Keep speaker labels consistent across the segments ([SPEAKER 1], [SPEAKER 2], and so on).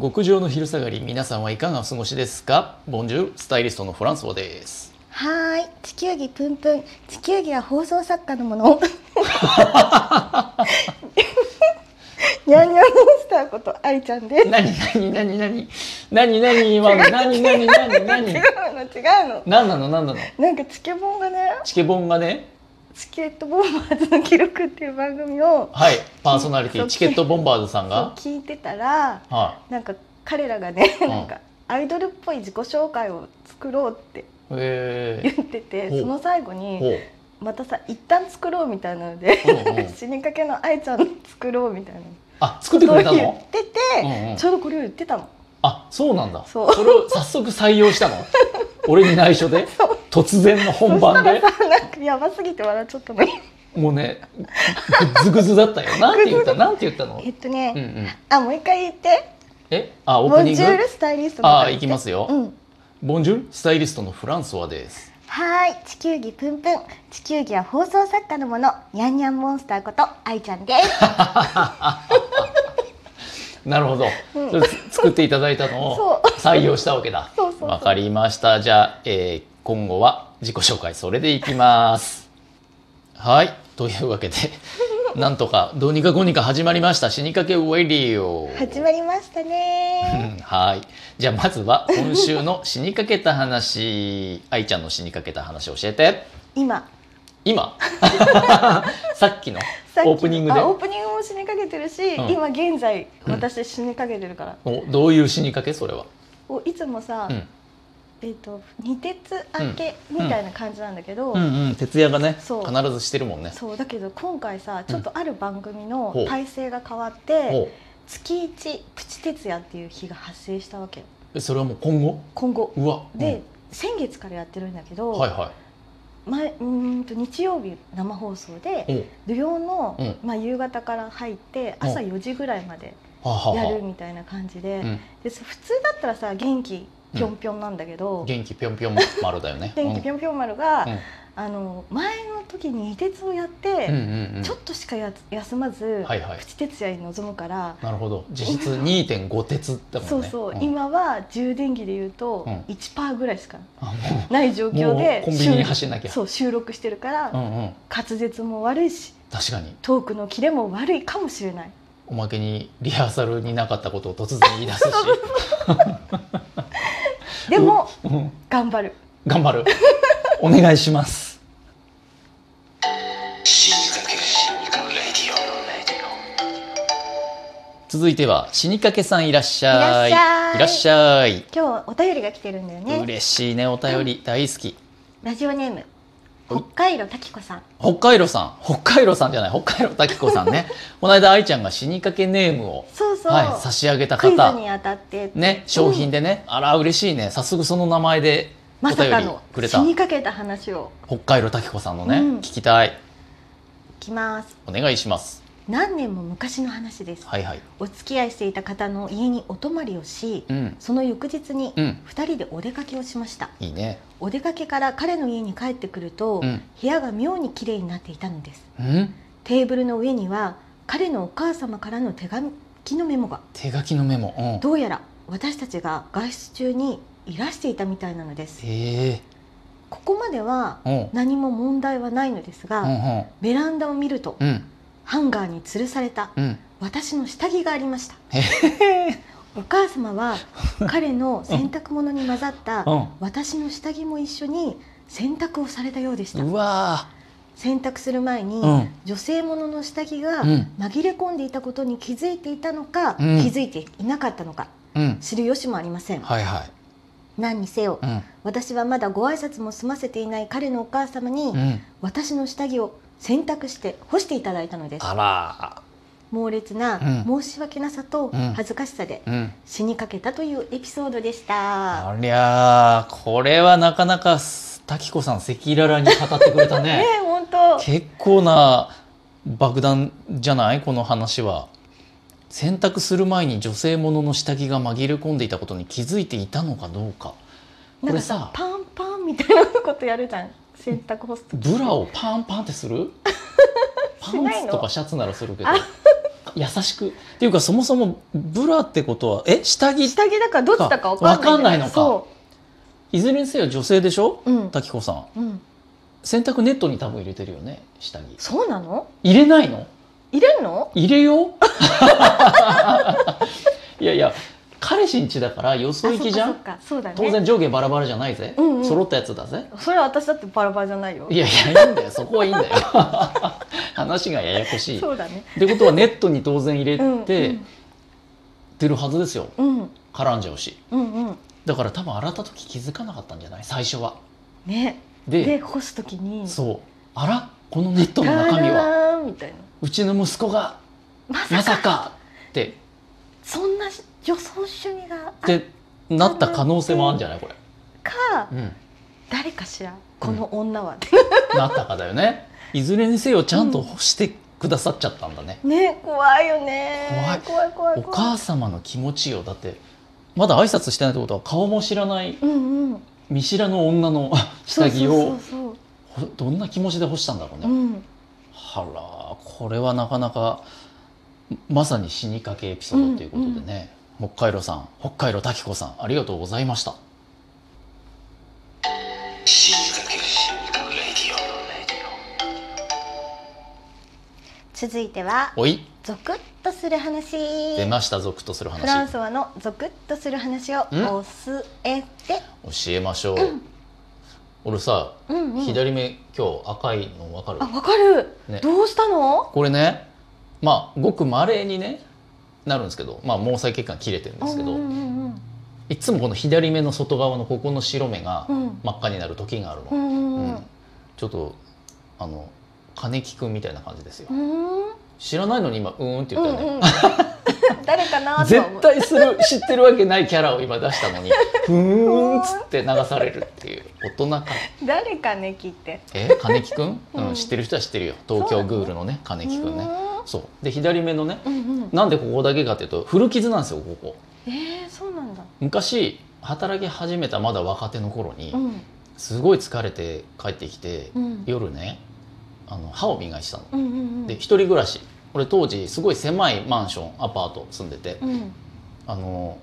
[SPEAKER 1] 極上の昼下がり皆さんはいかがお過ごしですかボンジュールスタイリストのフランソワです
[SPEAKER 2] はーい、地球儀ぷんぷん、地球儀は放送作家の もの。にゃんにゃんモンスターこと愛ちゃんです。
[SPEAKER 1] 何何何何何何今の何何何何
[SPEAKER 2] 違うの、違うの。
[SPEAKER 1] 何なの何なの
[SPEAKER 2] なんかチケボンがね、
[SPEAKER 1] チケボンがね
[SPEAKER 2] チケットボンバーズの記録っていう番組を。
[SPEAKER 1] はいパーソナリティ
[SPEAKER 2] そう
[SPEAKER 1] チケットボンバーズさん
[SPEAKER 2] そう
[SPEAKER 1] が
[SPEAKER 2] 聞いてたら、
[SPEAKER 1] は
[SPEAKER 2] なんか彼らがね、
[SPEAKER 1] ん
[SPEAKER 2] なんか。アイドルっぽい自己紹介を作ろうって
[SPEAKER 1] いへ
[SPEAKER 2] 言ってて、
[SPEAKER 1] ほう
[SPEAKER 2] その最後
[SPEAKER 1] え
[SPEAKER 2] に
[SPEAKER 1] ほう
[SPEAKER 2] またさ一旦作ろうみたいなので
[SPEAKER 1] うんうん
[SPEAKER 2] 死にかけの愛ちゃんの作ろうみたいな
[SPEAKER 1] あ作ってくれた
[SPEAKER 2] 言っ
[SPEAKER 1] の
[SPEAKER 2] てて、
[SPEAKER 1] うんうん
[SPEAKER 2] ちょうどこれを言ってたの。
[SPEAKER 1] あそうなんだ
[SPEAKER 2] そう
[SPEAKER 1] れを早速採用したの俺に内緒で
[SPEAKER 2] そう
[SPEAKER 1] 突然の本番で
[SPEAKER 2] そしたらさなんかやばすぎて笑っちゃったの。
[SPEAKER 1] もうねグズグズだったよなんて言ったなんて言ったの
[SPEAKER 2] えっと
[SPEAKER 1] うんう
[SPEAKER 2] ね、
[SPEAKER 1] ん
[SPEAKER 2] あもう一回言って。
[SPEAKER 1] えあオー
[SPEAKER 2] ボ
[SPEAKER 1] プ
[SPEAKER 2] ン
[SPEAKER 1] ニン
[SPEAKER 2] ジュール
[SPEAKER 1] グ
[SPEAKER 2] スタイリストの方
[SPEAKER 1] あ行きますよ
[SPEAKER 2] うん。
[SPEAKER 1] ボンジュールスタイリストのフランソワです
[SPEAKER 2] はーい、地球儀ぷんぷん。地球儀は放送作家のもの、にゃんにゃんモンスターこと愛ちゃんです。
[SPEAKER 1] なるほど、
[SPEAKER 2] うん
[SPEAKER 1] それつ作っていただいた のを採用したわけだ
[SPEAKER 2] そうそうそう
[SPEAKER 1] わかりましたじゃあ、えー今後は自己紹介それでいきますはいという わけでなんとかどうにかこうにか始まりました死にかけウェリオ
[SPEAKER 2] 始まりましたね。
[SPEAKER 1] うんはい。じゃあまずは今週の死にかけた話、愛ちゃんの死にかけた話教えて。
[SPEAKER 2] 今。
[SPEAKER 1] 今。さっきの
[SPEAKER 2] さっき
[SPEAKER 1] オープニングで
[SPEAKER 2] あ。オープニングも死にかけてるし、
[SPEAKER 1] うん
[SPEAKER 2] 今現在
[SPEAKER 1] うん
[SPEAKER 2] 私死にかけてるから、
[SPEAKER 1] おどういう死にかけそれは。
[SPEAKER 2] おいつもさ、
[SPEAKER 1] うん。
[SPEAKER 2] えっ、と二鉄明けみたいな感じなんだけ
[SPEAKER 1] ん
[SPEAKER 2] ど、
[SPEAKER 1] うん。徹夜がね
[SPEAKER 2] そう
[SPEAKER 1] 必ずしてるもんね。
[SPEAKER 2] そうだけど今回さちょっとある番組
[SPEAKER 1] ん
[SPEAKER 2] の
[SPEAKER 1] ほう
[SPEAKER 2] 体制が変わって、
[SPEAKER 1] お
[SPEAKER 2] 月一プチ徹夜っていう日が発生したわけよ
[SPEAKER 1] えそれはもう今後。
[SPEAKER 2] 今後
[SPEAKER 1] うわ。うん
[SPEAKER 2] で、先月からやってるんだけど、
[SPEAKER 1] はいは
[SPEAKER 2] 前うーんと日曜日生放送で
[SPEAKER 1] い。
[SPEAKER 2] 土曜の、
[SPEAKER 1] う
[SPEAKER 2] まあ、夕方から入って
[SPEAKER 1] うん
[SPEAKER 2] 朝4時ぐらいまで
[SPEAKER 1] お。はは
[SPEAKER 2] やる
[SPEAKER 1] は。
[SPEAKER 2] みたいな感じで,、
[SPEAKER 1] うん。
[SPEAKER 2] で普通だったらさ元気ぴょんぴょんなんだけど、。
[SPEAKER 1] 元気ぴょんぴょん丸だよね
[SPEAKER 2] 元気ぴ
[SPEAKER 1] ょん。
[SPEAKER 2] ょんぴょん丸が、
[SPEAKER 1] うん
[SPEAKER 2] あの前の時に二鉄をやっ
[SPEAKER 1] うん
[SPEAKER 2] て、
[SPEAKER 1] うんうん
[SPEAKER 2] ちょっとしかやつ休まず、
[SPEAKER 1] はいはい
[SPEAKER 2] プチ徹夜に臨むから。
[SPEAKER 1] なるほど。実質2.5鉄だもんね。
[SPEAKER 2] そうそう、
[SPEAKER 1] ん。
[SPEAKER 2] 今は充電器で言うと
[SPEAKER 1] うん
[SPEAKER 2] 1%ぐらいしか
[SPEAKER 1] あも
[SPEAKER 2] ない状況
[SPEAKER 1] も
[SPEAKER 2] で
[SPEAKER 1] うコンビニに走んなきゃ
[SPEAKER 2] 収録そう収録してるから、
[SPEAKER 1] ううんうん。
[SPEAKER 2] 滑舌も悪いし
[SPEAKER 1] 確かに。
[SPEAKER 2] トークのキレも悪いかもしれない
[SPEAKER 1] おまけにリハーサルになかったことを突然言い出すし
[SPEAKER 2] でも
[SPEAKER 1] うん
[SPEAKER 2] 頑張る
[SPEAKER 1] 頑張るお願いします続いては死にかけさんいらっしゃい
[SPEAKER 2] いらっしゃい
[SPEAKER 1] らっしゃい
[SPEAKER 2] 今日はお便りが来てるんだよね
[SPEAKER 1] 嬉しいねお便り大好き
[SPEAKER 2] ラジオネーム
[SPEAKER 1] はい
[SPEAKER 2] 北海道滝子さん
[SPEAKER 1] 北海道さん北海道さんじゃない北海道滝子さんね この間愛ちゃんが死にかけネームを、
[SPEAKER 2] そうそう、
[SPEAKER 1] はい、差し上げた
[SPEAKER 2] クイズ
[SPEAKER 1] 方
[SPEAKER 2] に当たって
[SPEAKER 1] ね商品でね、あら嬉しいね早速その名前でお
[SPEAKER 2] まさ
[SPEAKER 1] 便
[SPEAKER 2] か
[SPEAKER 1] り
[SPEAKER 2] の
[SPEAKER 1] くれ
[SPEAKER 2] 死
[SPEAKER 1] た
[SPEAKER 2] にかけた話を
[SPEAKER 1] 北海道滝子さんのね、
[SPEAKER 2] うん
[SPEAKER 1] 聞きたい
[SPEAKER 2] いきます
[SPEAKER 1] お願いします
[SPEAKER 2] 何年も昔の話です
[SPEAKER 1] はいはい
[SPEAKER 2] お付き合いしていた方の家にお泊まりをし
[SPEAKER 1] うん
[SPEAKER 2] その翌日に
[SPEAKER 1] うん
[SPEAKER 2] 2人でお出かけをしました
[SPEAKER 1] いいね
[SPEAKER 2] お出かけから彼の家に帰ってくると、
[SPEAKER 1] うん
[SPEAKER 2] 部屋が妙に綺麗になっていたのです
[SPEAKER 1] うん
[SPEAKER 2] テーブルの上には彼のお母様からの手紙のメモが
[SPEAKER 1] 手書きのメモうん
[SPEAKER 2] どうやら私たちが外出中にいらしていたみたいなのです
[SPEAKER 1] へえ
[SPEAKER 2] ここまでは
[SPEAKER 1] うんうん
[SPEAKER 2] 何も問題はないのですが、
[SPEAKER 1] うん
[SPEAKER 2] ベランダを見ると
[SPEAKER 1] うん
[SPEAKER 2] ハンガーに吊るされた
[SPEAKER 1] うん
[SPEAKER 2] 私の下着がありました
[SPEAKER 1] へ
[SPEAKER 2] お母様は彼の洗濯物に混ざった
[SPEAKER 1] うん
[SPEAKER 2] 私の下着も一緒に洗濯をされたようでした
[SPEAKER 1] うわ
[SPEAKER 2] 洗濯する前に、
[SPEAKER 1] ーうん
[SPEAKER 2] 女性ものの下着が
[SPEAKER 1] うん
[SPEAKER 2] 紛れ込んでいたことに気づいていたのか、
[SPEAKER 1] うん
[SPEAKER 2] 気づいていなかったのか
[SPEAKER 1] うん
[SPEAKER 2] 知る由もありません、
[SPEAKER 1] はいはい
[SPEAKER 2] 何にせよ
[SPEAKER 1] うん
[SPEAKER 2] 私はまだご挨拶も済ませていない彼のお母様に、
[SPEAKER 1] うん
[SPEAKER 2] 私の下着を洗濯して干していただいたのです
[SPEAKER 1] あ
[SPEAKER 2] 猛烈な申し訳なさと
[SPEAKER 1] うん
[SPEAKER 2] 恥ずかしさで
[SPEAKER 1] らうん
[SPEAKER 2] 死にかけたというエピソードでした、
[SPEAKER 1] ありゃーこれはなかなかす滝子さん赤裸々に語ってくれた
[SPEAKER 2] ね
[SPEAKER 1] ね
[SPEAKER 2] え本当
[SPEAKER 1] 結構な爆弾じゃないこの話は洗濯する前に女性ものの下着が紛れ込んでいたことに気づいていたのかどうかこ
[SPEAKER 2] なん
[SPEAKER 1] れ
[SPEAKER 2] か
[SPEAKER 1] さ
[SPEAKER 2] さパンパンみたいなことやるじゃん洗濯干す時
[SPEAKER 1] ブラをパンパンってするパパ
[SPEAKER 2] しない
[SPEAKER 1] ンツ
[SPEAKER 2] の
[SPEAKER 1] とかシャツならするけど
[SPEAKER 2] あ
[SPEAKER 1] 優しくっていうかそもそもブラってことはえ下着
[SPEAKER 2] 下着だからどっちだかわかんない
[SPEAKER 1] わかんないのか
[SPEAKER 2] そ
[SPEAKER 1] いずれにせよ女性でしょ
[SPEAKER 2] ううん、
[SPEAKER 1] 滝子さん
[SPEAKER 2] うん、
[SPEAKER 1] 洗濯ネットに多分入れてるよね下着
[SPEAKER 2] そうなの
[SPEAKER 1] 入れないの
[SPEAKER 2] 入れんの
[SPEAKER 1] 入れ よういやいや彼氏ん家だからよそ行きじゃ
[SPEAKER 2] あそ
[SPEAKER 1] ん
[SPEAKER 2] っかそっかそうだね
[SPEAKER 1] 当然上下バラバラじゃないぜ、
[SPEAKER 2] うんうん
[SPEAKER 1] 揃ったやつだぜ
[SPEAKER 2] それは私だってバラバラじゃないよ
[SPEAKER 1] いやいやいいんだよそこはいいんだよ 話がややこしいっ
[SPEAKER 2] そうだね
[SPEAKER 1] てことはネットに当然入れて、
[SPEAKER 2] うん
[SPEAKER 1] 出るはずですよ
[SPEAKER 2] うんうん
[SPEAKER 1] 絡んじゃうし
[SPEAKER 2] うんうん
[SPEAKER 1] だから多分洗った時気づかなかったんじゃない最初は
[SPEAKER 2] ね
[SPEAKER 1] で
[SPEAKER 2] で干すときに
[SPEAKER 1] そうあらこのネットの中身
[SPEAKER 2] タ
[SPEAKER 1] は
[SPEAKER 2] ラーンみたいな
[SPEAKER 1] うちの息子が
[SPEAKER 2] まさか
[SPEAKER 1] まさかって
[SPEAKER 2] そんなし予想趣味があ
[SPEAKER 1] っ
[SPEAKER 2] る
[SPEAKER 1] てなった可能性もあるんじゃないこれ、
[SPEAKER 2] か
[SPEAKER 1] うん、
[SPEAKER 2] 誰かしらこの女は、
[SPEAKER 1] なったかだよねいずれにせよちゃんと干してくださっちゃったんだね、
[SPEAKER 2] ね怖いよね怖い怖い怖い
[SPEAKER 1] お母様の気持ちよだってまだ挨拶してないってことは顔も知らない
[SPEAKER 2] うんうん
[SPEAKER 1] 見知らぬ女の下着
[SPEAKER 2] そ
[SPEAKER 1] を
[SPEAKER 2] うそうそう
[SPEAKER 1] ほどんな気持ちで干したんだろうね、
[SPEAKER 2] そううん
[SPEAKER 1] はらこれはなかなかまさに死にかけエピソードということでね、北海道さん北海道滝子さんありがとうございました
[SPEAKER 3] 死にかけるレディオ
[SPEAKER 2] 続いては
[SPEAKER 1] おい
[SPEAKER 2] ゾクッとする話
[SPEAKER 1] 出ましたゾクッとする
[SPEAKER 2] フラン
[SPEAKER 1] 話
[SPEAKER 2] ソワのゾクッとする話を
[SPEAKER 1] うん
[SPEAKER 2] 教えて
[SPEAKER 1] 教えましょう、俺さ
[SPEAKER 2] うんうん
[SPEAKER 1] 左目今日赤いの分かる
[SPEAKER 2] あわかる、
[SPEAKER 1] ね
[SPEAKER 2] どうしたの
[SPEAKER 1] これねまあごくまれにねなるんですけど、まあ、毛細血管切れてるんですけど、
[SPEAKER 2] うんうん
[SPEAKER 1] いつもこの左目の外側のここの白目が
[SPEAKER 2] うん
[SPEAKER 1] 真っ赤になる時があるの、
[SPEAKER 2] うんうんうん
[SPEAKER 1] うんちょっとあの金木くんみたいな感じですよ、
[SPEAKER 2] うん
[SPEAKER 1] 知らないのに今うーんって
[SPEAKER 2] う
[SPEAKER 1] 言ったよね、
[SPEAKER 2] んうん誰 かなとは思
[SPEAKER 1] 絶
[SPEAKER 2] う
[SPEAKER 1] 対する知ってるわけないキャラを今出したのにふーんっつって流されるっていう大人か
[SPEAKER 2] 誰かねきって
[SPEAKER 1] え金木くん、うん
[SPEAKER 2] うん
[SPEAKER 1] 知ってる人は知ってるよ東京グールのね金木くんねそうで左目のね
[SPEAKER 2] うんうんうん
[SPEAKER 1] なんでここだけかっていうと古傷なんですよここ
[SPEAKER 2] えー、そうなんだ
[SPEAKER 1] 昔働き始めたまだ若手の頃に
[SPEAKER 2] うん
[SPEAKER 1] すごい疲れて帰ってきて
[SPEAKER 2] うん
[SPEAKER 1] 夜ねあの歯を磨いてたの
[SPEAKER 2] うんうんうん
[SPEAKER 1] で一人暮らし俺当時すごい狭いマンションアパート住んでて
[SPEAKER 2] うん
[SPEAKER 1] あの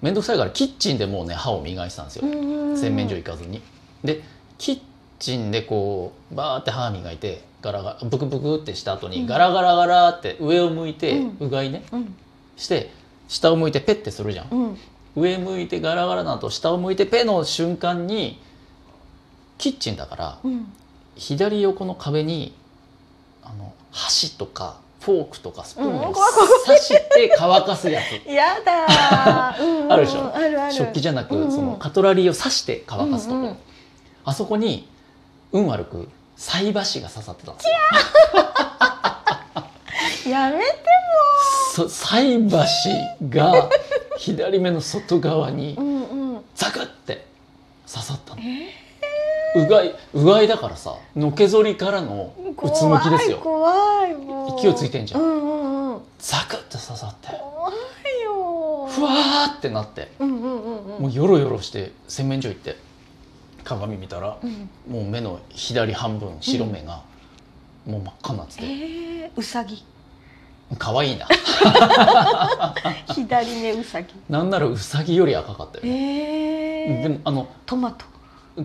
[SPEAKER 1] 面倒くさいからキッチンでもうね歯を磨いてたんですよ
[SPEAKER 2] うんうんうん
[SPEAKER 1] 洗面所行かずにでキッチンでこうバーって歯磨いてガラガラブクブクってした後
[SPEAKER 2] う
[SPEAKER 1] に
[SPEAKER 2] ん
[SPEAKER 1] ガラガラガラって上を向いて
[SPEAKER 2] うん
[SPEAKER 1] うがいね
[SPEAKER 2] うん
[SPEAKER 1] して下を向いてペッてするじゃん
[SPEAKER 2] うん
[SPEAKER 1] 上向いてガラガラなと下を向いてペの瞬間にキッチンだから
[SPEAKER 2] うん
[SPEAKER 1] 左横の壁にあの箸とかフォークとかスプーン
[SPEAKER 2] うん
[SPEAKER 1] を
[SPEAKER 2] 怖い
[SPEAKER 1] 刺して乾かすやつ
[SPEAKER 2] やだ ーうんうん
[SPEAKER 1] あるでしょ
[SPEAKER 2] あるある
[SPEAKER 1] 食器じゃなく、
[SPEAKER 2] うんうん
[SPEAKER 1] そのカトラリーを刺して乾かすとこ、
[SPEAKER 2] うんうん
[SPEAKER 1] あそこに運悪く菜箸が刺さってたんですよ
[SPEAKER 2] やめて
[SPEAKER 1] そ菜箸 が左目の外側に
[SPEAKER 2] うんうん
[SPEAKER 1] ザクって刺さったの
[SPEAKER 2] え
[SPEAKER 1] うがいうがいだからさのけぞりからの
[SPEAKER 2] ー
[SPEAKER 1] うつむきですよ
[SPEAKER 2] 怖い怖いもう
[SPEAKER 1] 勢いついてんじゃん
[SPEAKER 2] うんうんうん
[SPEAKER 1] ザクって刺さって
[SPEAKER 2] 怖いよー
[SPEAKER 1] ふわーってなって
[SPEAKER 2] うんうんうんうん
[SPEAKER 1] もうヨロヨロして洗面所行って鏡見たら
[SPEAKER 2] うん
[SPEAKER 1] もう目の左半分白目がもう真っ赤になってて
[SPEAKER 2] えー、うさぎ
[SPEAKER 1] 可愛いな
[SPEAKER 2] 左目うさぎ
[SPEAKER 1] なんならウサギより赤かったよ、ね
[SPEAKER 2] えー、
[SPEAKER 1] でもあの
[SPEAKER 2] トマト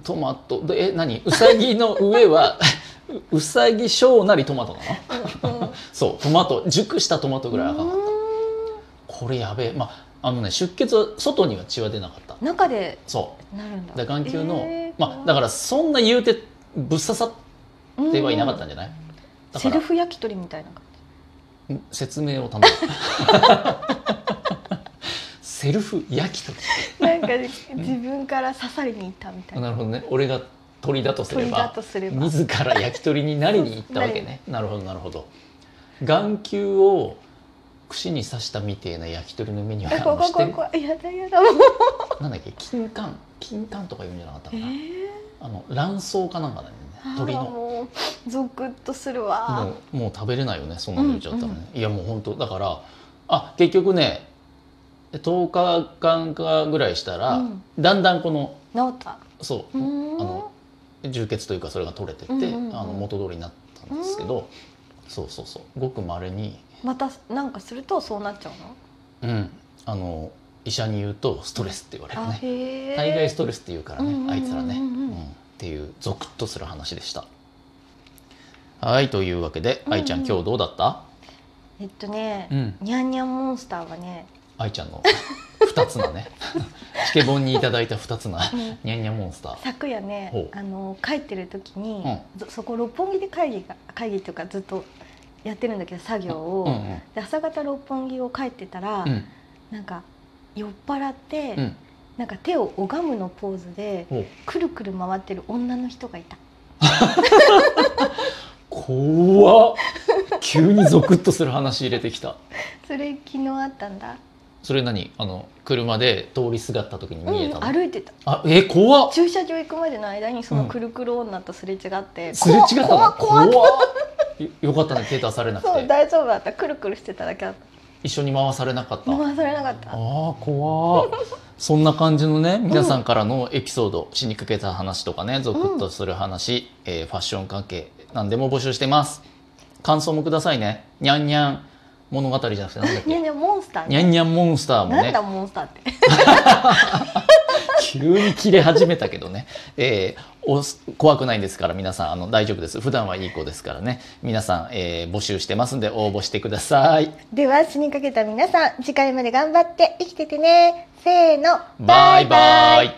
[SPEAKER 1] トマトでえ何ウサギの上は うウサギ小なりトマトなのそうトマト熟したトマトぐらい赤かったこれやべえまああのね出血は外には血は出なかった
[SPEAKER 2] 中で
[SPEAKER 1] そ
[SPEAKER 2] なるんだ
[SPEAKER 1] うだから眼球の、
[SPEAKER 2] えー
[SPEAKER 1] まあだからそんな言うてぶっ刺さ
[SPEAKER 2] 怖
[SPEAKER 1] ってはいなかったん
[SPEAKER 2] うん
[SPEAKER 1] じゃない、だか
[SPEAKER 2] セル
[SPEAKER 1] ら
[SPEAKER 2] フ焼き鳥みたいな感
[SPEAKER 1] ん説明を頼む セルフ焼き鳥
[SPEAKER 2] じなんか自分から刺さりに行ったみたい
[SPEAKER 1] な
[SPEAKER 2] な
[SPEAKER 1] るほどね俺が鳥だとすれ
[SPEAKER 2] 鳥
[SPEAKER 1] ば
[SPEAKER 2] だとすれば
[SPEAKER 1] 自ら焼き鳥になりに行ったわけねなるほどなるほど眼球を串に刺したみてえな焼き鳥のメニュ
[SPEAKER 2] あ
[SPEAKER 1] ーあ
[SPEAKER 2] 怖
[SPEAKER 1] の
[SPEAKER 2] い
[SPEAKER 1] 知って
[SPEAKER 2] 怖い
[SPEAKER 1] る
[SPEAKER 2] 怖いやだやだもう
[SPEAKER 1] なんだっけ金柑金柑とか言うんじゃなかったか
[SPEAKER 2] え
[SPEAKER 1] な、
[SPEAKER 2] ー
[SPEAKER 1] あの卵巣かなんかだよね
[SPEAKER 2] あー
[SPEAKER 1] 鳥の
[SPEAKER 2] もうゾクッとするわ
[SPEAKER 1] もうもう食べれないよねそんなの言っちゃったらね、いやもう本当だからあ結局ね10日間かぐらいしたら、
[SPEAKER 2] うん
[SPEAKER 1] だんだんこの
[SPEAKER 2] 治った
[SPEAKER 1] そう、
[SPEAKER 2] うー
[SPEAKER 1] あ
[SPEAKER 2] ん
[SPEAKER 1] の充血というかそれが取れてて、
[SPEAKER 2] うんうんうん
[SPEAKER 1] あの元通りになったんですけど、そうそうそうごくまれに、
[SPEAKER 4] またなんかするとそうなっちゃうの
[SPEAKER 1] うん、あの医者に言うとストレスって言われる
[SPEAKER 4] あ
[SPEAKER 1] ね
[SPEAKER 4] へえ
[SPEAKER 1] 大概ストレスって言うから
[SPEAKER 4] う
[SPEAKER 1] ね、
[SPEAKER 4] んうんうんうんうん
[SPEAKER 1] あいつらね、うん、っていうゾクッとする話でしたはいというわけで、
[SPEAKER 4] うんうん
[SPEAKER 1] 愛ちゃん今日どうだった、
[SPEAKER 2] えっとね、
[SPEAKER 1] うん、
[SPEAKER 2] ニャンニャンモンスターはね
[SPEAKER 1] 愛ちゃんの二つ なねチケボンにいただいた二つなニャンニャンモンスター
[SPEAKER 2] 昨夜ね
[SPEAKER 1] ほう
[SPEAKER 2] あの帰ってる時に、
[SPEAKER 1] う
[SPEAKER 2] そそこ六本木で会議が会議というかずっとやってるんだけど作業を、
[SPEAKER 1] うんうん
[SPEAKER 2] で朝方六本木を帰ってたら、
[SPEAKER 1] うん
[SPEAKER 2] なんか酔っ払って、
[SPEAKER 1] うん
[SPEAKER 2] なんか手を拝むのポーズで
[SPEAKER 1] お
[SPEAKER 2] くるくる回ってる女の人がいた
[SPEAKER 1] 怖っ急にゾクッとする話入れてきた
[SPEAKER 2] それ昨日あったんだ、
[SPEAKER 1] それ何あの車で通りすがった時に
[SPEAKER 2] う
[SPEAKER 1] 見え
[SPEAKER 2] ん、
[SPEAKER 1] たの、
[SPEAKER 2] 歩いてた
[SPEAKER 1] あえ怖っ
[SPEAKER 2] 駐車場行くまでの間にそのくるくる女とすれ違って、
[SPEAKER 1] すれ違ったの
[SPEAKER 2] 怖っ怖っ怖っ
[SPEAKER 1] 怖っよよかったね手出されなく
[SPEAKER 2] そう
[SPEAKER 1] て
[SPEAKER 2] 大丈夫だったくるくるしてただけだった
[SPEAKER 1] 一緒に回されなかった
[SPEAKER 2] 回されなかった
[SPEAKER 1] ああ怖っそんな感じのね皆さんからのエピソード、死にかけた話とかねゾクッとする話、えーファッション関係何でも募集してます感想もくださいねにゃんにゃん物語じゃなくてなんだっ
[SPEAKER 2] ニャ
[SPEAKER 1] け
[SPEAKER 2] ンニャンモンスター
[SPEAKER 1] にゃんにゃんモンスターも
[SPEAKER 2] なん
[SPEAKER 1] ね
[SPEAKER 2] だモンスターって
[SPEAKER 1] 急に切れ始めたけどね、えーお怖くないですから皆さんあの大丈夫です普段はいい子ですからね皆さん、えー募集してますんで応募してください
[SPEAKER 2] では死にかけた皆さん次回まで頑張って生きててねせーの
[SPEAKER 1] バイバイ